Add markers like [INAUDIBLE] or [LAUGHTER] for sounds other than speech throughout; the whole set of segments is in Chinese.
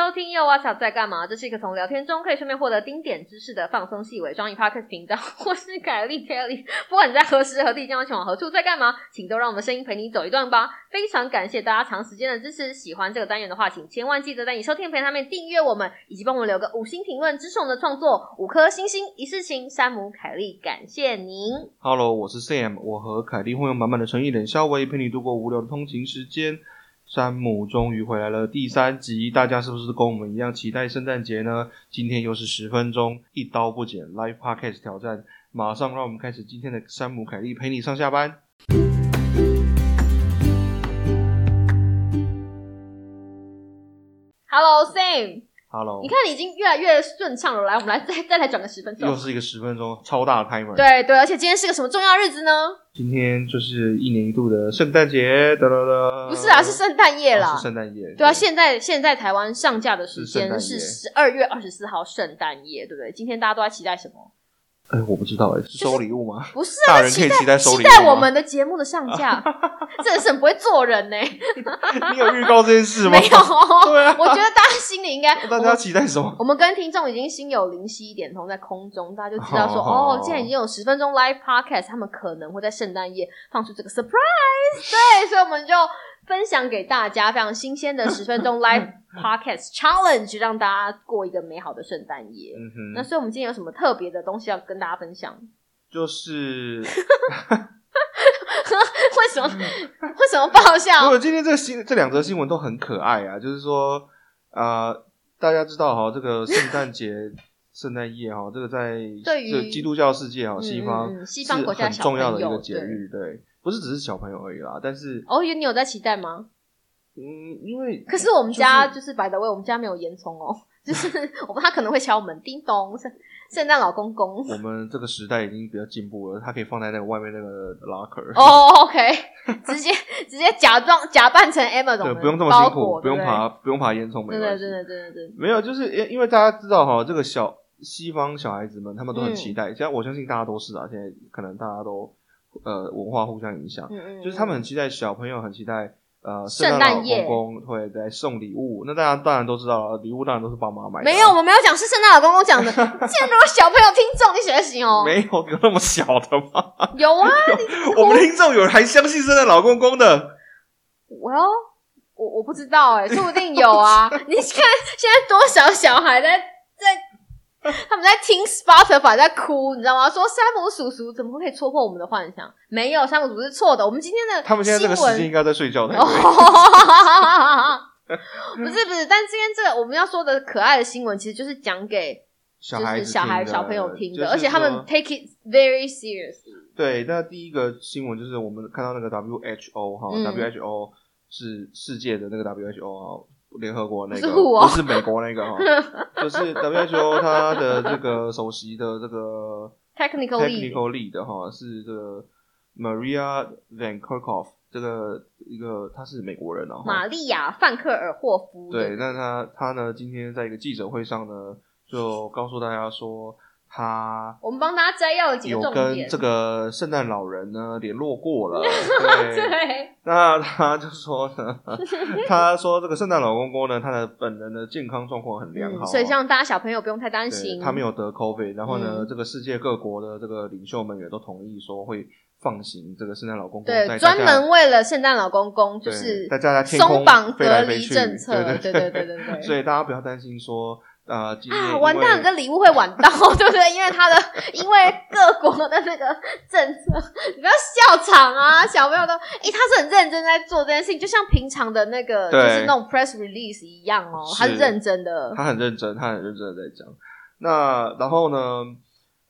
WhatsApp 在干嘛？这是一个从聊天中可以顺便获得丁点知识的放松细伪双语 Podcast 频道。我是凯莉 Kelly，不管你在何时何地，将要前往何处，在干嘛，请都让我们声音陪你走一段吧。非常感谢大家长时间的支持，喜欢这个单元的话，请千万记得在你收听的平台上面订阅我们，以及帮我们留个五星评论支持我们的创作。五颗星星一世情，山姆凯莉，感谢您。 Hello，我是 Sam，我和凯莉会用满满的诚意、冷笑微陪你度过无聊的通勤时间。山姆终于回来了，第三集，大家是不是跟我们一样期待圣诞节呢？今天又是十分钟一刀不剪 Live Podcast 挑战，马上让我们开始今天的山姆凯莉陪你上下班。 Hello Sam， Hello，你看你已经越来越顺畅了，来，我们来再再来转个十分钟又。是一个十分钟超大的 timer。对对，而且今天是个什么重要日子呢？今天就是一年一度的圣诞节，哒哒哒。不是啊，是圣诞夜啦呃哦。是圣诞夜。对啊，现在现在台湾上架的时间是是十二月二十四号圣诞夜，对不对？今天大家都在期待什么？哎，我不知道哎，是收礼物吗？ [LAUGHS] 不是大啊，人是期可以期待收期礼待物吗我们的节目的上 [LAUGHS] 架，真的是很不会做人呢、你有预告这件事没吗？有， [LAUGHS] 对啊我觉得大家心里应该 [LAUGHS] 大家期待什么？我们跟听众已经心有灵犀一点通，在空中，大家就知道说，哦哦，既然已经有十分钟 live podcast，他们可能会在圣诞夜放出这个 surprise，对，所以 [LAUGHS] 我们就分享给大家非常新鲜的十分 [LAUGHS] 钟 live podcast challenge，让大家过一个美好的圣诞夜。嗯那哼，所以我们今天有什么特别的东西要跟大家分享？ [LAUGHS] 就是为什么 [LAUGHS] 嗯为什么爆因笑？为今天这个新这两则新闻都很可爱啊，就是说，呃，大家知道哈，这个圣诞节、圣诞夜哈，这个在对于这个基督教世界哈，嗯西方嗯嗯西是方国家很小重要的朋一个友节对日，对，不是只是小朋友而已啦，但是哦，你有在期待吗？嗯，因为可是我们家就就是摆的位，我们家没有烟囱哦， [LAUGHS] 就是我们他可能会敲门，叮咚，圣圣诞老公公。我们这个时代已经比较进步了，它可以放在那个外面那个 locker，、 [LAUGHS] 哦、o [LAUGHS] k 直接直接假装假扮成 Amazon，的对，不用这么包辛裹苦，不用。对爬，不用爬烟囱，不没对对关系对。对对对对，没有，就是因因为大家知道哈，这个小西方小孩子们他们都嗯很期待，像、我相信大家都是啊，现在可能大家都呃文化互相影响，嗯嗯， [LAUGHS] 就是他们嗯很期待小朋友很期待呃圣诞老诞夜公公会来送礼物，那大家当然都知道了，礼物当然都是爸妈买的，啊没有，我。们没有讲是圣诞老公公讲 [LAUGHS] 的。现在如果小朋友听众，你学习哦。没有有那么小的吗？有啊，我们听众有人还相信圣诞老公公的，我我我不知道哎、说不定有 [LAUGHS] 啊。 [LAUGHS] 你看现在多少小孩在在他们在听 Spotify 在哭，你知道吗？说山姆叔叔怎么会可以戳破我们的幻想？没有，山姆叔叔是错的。我们今天的他们现在这个时新闻间应该在睡 [LAUGHS] 觉才对。哦， [LAUGHS] 不是不是，但今天这个我们要说的可爱的新闻，其实就是讲给小就孩是子小孩听的小朋友听就的，是而且他说们 take it very serious。对，那第一个新闻就是我们看到那个 WHO 哈、嗯 w h o 是世界的那个 WHO 哈，联合国那不是个，WHO 不是美国那个 [LAUGHS] 哈，就是 WHO 它的这个首席的这个 Technical lead， technical lead 哈是这个 Maria Van Kerkhove 这个一个他是美国人哦，哈玛利亚·范克尔霍夫。对，，那他他呢今天在一个记者会上呢就告诉大家说他我们帮大家摘要了几个有重跟点这。个圣诞老人呢联络过 [LAUGHS] 了，对，对，那他就说 [LAUGHS] 呢，他说这个圣诞老公公呢，他的本人的健康状况很良好，啊嗯所以让大家小朋友不用太担对心。他没有得 COVID，然后呢，嗯这个世界各国的这个领袖们也都同意说会放行这个圣诞老公公在对大专家门为了圣诞老公公，就对是大家在天松空绑飞隔来飞离去政策。对对对对对对对。所以大家不要担心说啊，今天啊，因完蛋为了，这礼物会晚到， [LAUGHS] 对不对？因为他的，因为各国的那个政策，你不要笑场啊，小朋友都，诶，他是很认真在做这件事情，就像平常的那个就对是那种 press release 一样哦，是他是认真的，他很认真，他很认真的在讲。那然后呢，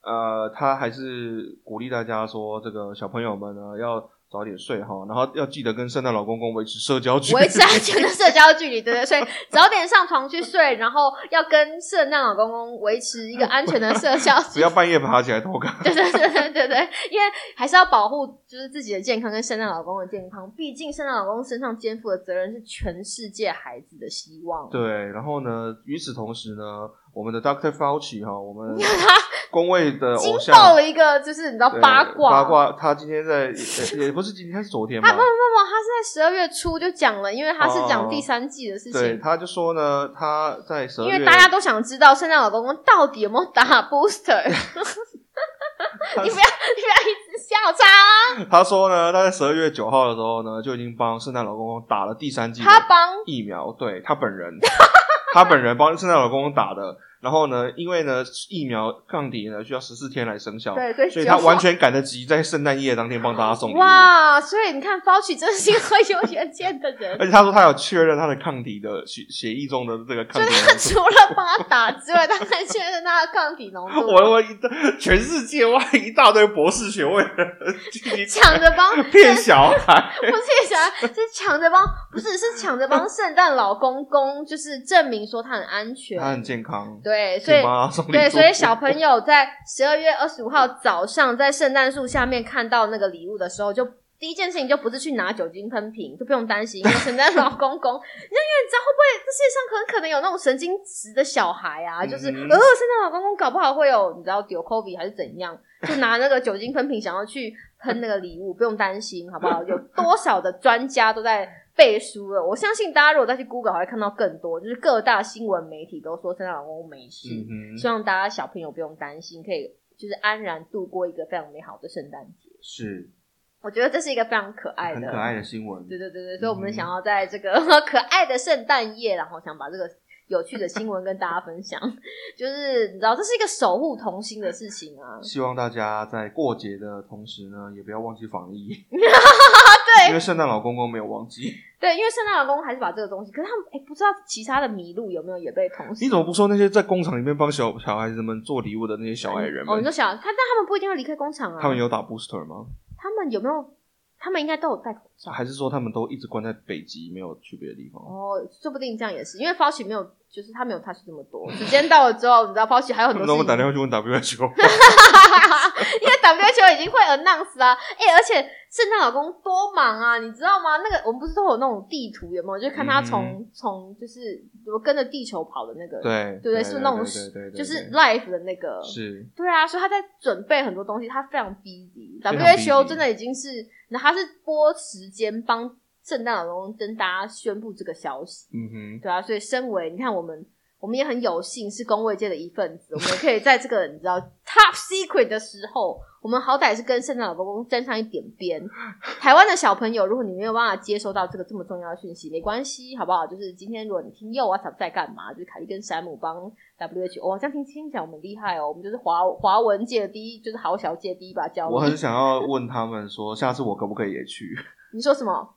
呃，他还是鼓励大家说，这个小朋友们呢要早点睡哈，然后要记得跟圣诞老公公维持社交距离。维持安全的社交距离，对不对？所以早点上床去睡，然后要跟圣诞老公公维持一个安全的社交距不离要。半夜爬起来偷看。 [LAUGHS] 对 [LAUGHS] 对对对对对，因为还是要保护就是自己的健康跟圣诞老公的健康，毕竟圣诞老公身上肩负的责任是全世界孩子的希望。对，然后呢，与此同时呢，我们的 Doctor Fauci 哈，[LAUGHS] 我们工位的偶惊像爆了一个，就是你知道对八卦，八卦，他今天在也也不是今天，是昨天他吧不不？不，他是在十二月初就讲了，因为他是讲哦第三季的事情。对，他就说呢，他在十二因月，为大家都想知道圣诞老公公到底有没有 [LAUGHS] 打 booster，他 [LAUGHS] 你不要你不要一直笑叉啊，他说呢，他在十二月九号的时候呢，就已经帮圣诞老公公打了第三剂的他帮疫苗，对他本人， [LAUGHS] 他本人帮圣诞老公公打的。然后呢，因为呢疫苗抗体呢需要十四天来生效，对，所以所以九号他完全赶得及在圣诞夜当天帮大家送礼物。哇，所以你看 f a u c 真是一个有远见的人， [LAUGHS] 而且他说他有确认他的抗体的血血液中的这个抗就体他浓除了帮他打之外，他还确认他的抗体浓度。度，我我一大全世界哇一大堆博士学位的人去抢着帮， [LAUGHS] 骗小孩，不是想是抢着帮，不是是抢着帮圣诞老公公，就是证明说他很安全，他很健康，对，所以去帮他送礼物。对，所以小朋友在十二月二十五号早上在圣诞树下面看到那个礼物的时候，就第一件事情就不是去拿酒精喷瓶，就不用担心，因为圣诞老公公，你 [LAUGHS] 就因为你知道会不会这世界上很可能有那种神经质的小孩啊，就是、嗯呃，圣诞老公公搞不好会有你知道有 COVID 还是怎样，就拿那个酒精喷瓶想要去喷那个礼物，不用担心，好不好？有多少的专家都在。背书了，我相信大家如果再去 Google 还会看到更多，就是各大新闻媒体都说圣诞老公公没事，嗯哼，希望大家小朋友不用担心，可以就是安然度过一个非常美好的圣诞节。是我觉得这是一个非常可爱的，很可爱的新闻。对对对对，所以我们嗯想要在这个 [LAUGHS] 可爱的圣诞夜，然后想把这个有趣的新闻跟大家分享， [LAUGHS] 就是你知道这是一个守护童心的事情啊。希望大家在过节的同时呢，也不要忘记防疫。因为圣诞老公公没有 [LAUGHS] 忘记。对，因为圣诞老公还是把这个东西，可是他们哎、不知道其他的麋鹿有没有也被同你心。怎么不说那些在工厂里面帮小小孩子们做礼物的那些小矮哎人哦，你们？说小他，但他们不一定要离开工厂啊。他们有打 booster 吗？他们有没有？他们应该都有戴口罩。还是说他们都一直关在北极，没有去别的地方？哦，说不定这样也是，因为 Fauci 没有，就是他没有 touch 这么多。时间到了之后，你知道 Fauci 还有他很们多事都会打情，电话去问 WHO。 [LAUGHS] 因为 WHO 已经会 announce 啦、哎、而且圣诞老公多忙啊，你知道吗？那个我们不是都有那种地图有没有？就看他从从、就是我跟着地球跑的那个，嗯对对不对？对，是不是那种对对对对对就是对 life 的那个，是对啊，所以他在准备很多东西，他非常 busy。常 WHO busy 真的已经是，那他是拨时间帮圣诞老公跟大家宣布这个消息。嗯哼，对啊，所以身为你看我们，我们也很有幸是工位界的一份子，我们也可以在这个你知道 top secret 的时候，我们好歹是跟圣诞老公公沾上一点边。台湾的小朋友，如果你没有办法接收到这个这么重要的讯息，没关系，好不好？就是今天如果你听又啊，在干嘛？就是凯莉跟山姆帮 WHO，哇，这样哦听听起来我们很厉害哦，我们就是华华文界的第一，就是好小界第一把交我椅很。想要问他们说，下次我可不可以也去你说什么？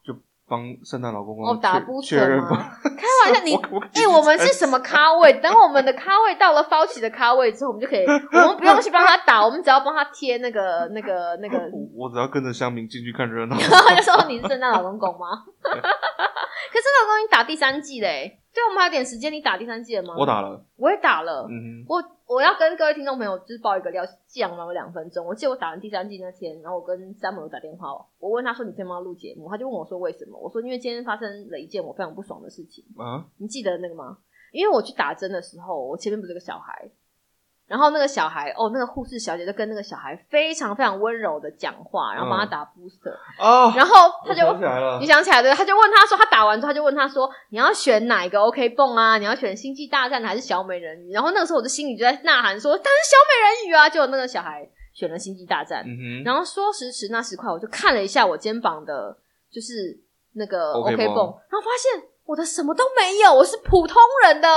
帮圣诞老公公哦，打确不确准认吗？吧？开玩 [LAUGHS] 笑，你我可不可以哎、我们呃是什么咖 [LAUGHS] 位？等我们的咖位到了 f a 的咖位之后，我们就可以， [LAUGHS] 我们不用去帮他 [LAUGHS] 打，我们只要帮他贴那个、那个、那个。 [LAUGHS] 我我只要跟着乡民进去看热闹。然后就说你是圣诞老公公吗？ [LAUGHS] 可是圣诞老公公你打第三季嘞、对我们还有点时间，你打第三季了吗？我，打了，我也打了。嗯我我要跟各位听众朋友就是爆一个料，讲了我两分钟。我记得我打完第三季那天，然后我跟山姆有打电话，我问他说你今天要不要录节目，他就问我说为什么？我说因为今天发生了一件我非常不爽的事情。哼啊，你记得那个吗？因为我去打针的时候，我前面不是有个小孩，然后那个小孩哦，那个护士小姐就跟那个小孩非常非常温柔的讲话，然后帮他打 booster，、哦，然后他我就想起来了你，想起来对，他就问他说，他打完之后他就问他说，你要选哪一个 OK 泵啊？你要选星际大战还是小美人鱼？然后那个时候我的心里就在呐喊说，当然是小美人鱼啊！结果那个小孩选了星际大战，嗯哼，然后说时迟那时快，我就看了一下我肩膀的，就是那个 OK OK 绷泵，然后发现我的什么都没有，我是普通人的，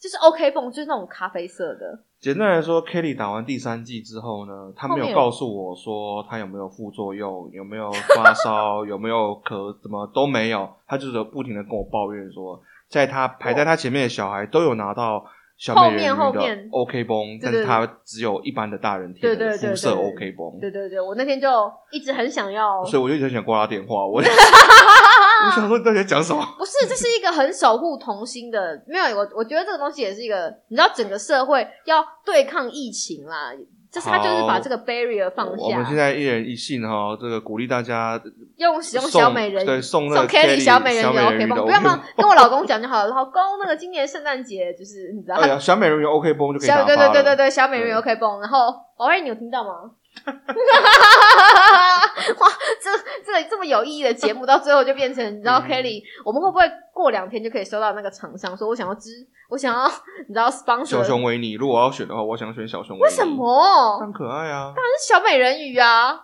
就是 OK 泵，就是那种咖啡色的。简单来说，Kelly 打完第三季之后呢，他没后面有有告诉我说他有没有副作用，有没有发烧，有没有咳，怎么都没有，他就是不停的跟我抱怨说，在他排在他前面的小孩都有拿到。小美人鱼后面后面的 OK 绷，对但对是他只有一般的大人贴对对的对肤色对 OK 绷，对对对，我那天就一直很想要，所以我就一直想挂他电话。[LAUGHS] 我我想说你到底在讲什么？不是，这是一个很守护童心的，没有我，我觉得这个东西也是一个，你知道，整个社会要对抗疫情啦，就是他就是把好这个 barrier 放我们现下，在一人一信哈，这个鼓励大家用使用送小美人鱼对送那送个 Kelly 小美人小鱼美 OK 人鱼绷，的不要 OK 帮 [LAUGHS] 绷，跟我老公讲就好了。老公，那个今年圣诞节就是你知道，哎呀，小美人鱼 OK 绷就可以小打对对发对对了嗯对，小美人鱼对 OK 绷。然后宝贝，你有听到吗？ [LAUGHS] 哇，这这个这么有意义的节目，到最后就变成你知道嗯 Kelly，我们会不会过两天就可以收到那个厂商说，我想要支，我想要你知道 sponsor 小熊维尼，如果我要选的话，我想选小熊维尼。为什？么？很可爱啊！那是小美人鱼啊！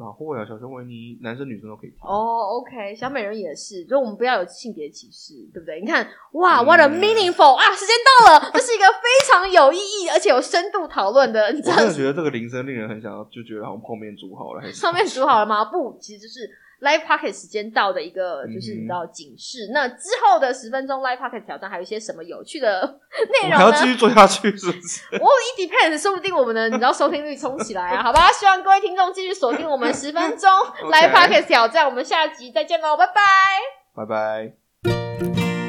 哪会啊？小熊维尼，男生女生都可以。哦、o k 小美人鱼也是，就我们不要有性别歧视，对不对？你看，哇、w h a t a 嗯 meaningful 啊！时间到了， [LAUGHS] 这是一个非常有意义而且有深度讨论的， [LAUGHS] 你知我道真的觉得这个铃声令人很想要，就觉得好像泡面煮好了，还是上面煮好了吗？ [LAUGHS] 不，其实就是 live pocket 时间到的一个，就是嗯哼你知道警示。那之后的十分钟 live pocket 挑战还有一些什么有趣的 [LAUGHS] 我内们还要容继呢？续做下去，是不是？我 it depends，说不定我们的你知道收听率冲起来啊， [LAUGHS] 好吧？希望各位听众继续锁定我们十分 [LAUGHS] 钟 live pocket 挑战，我们下集再见喽，拜拜。拜拜。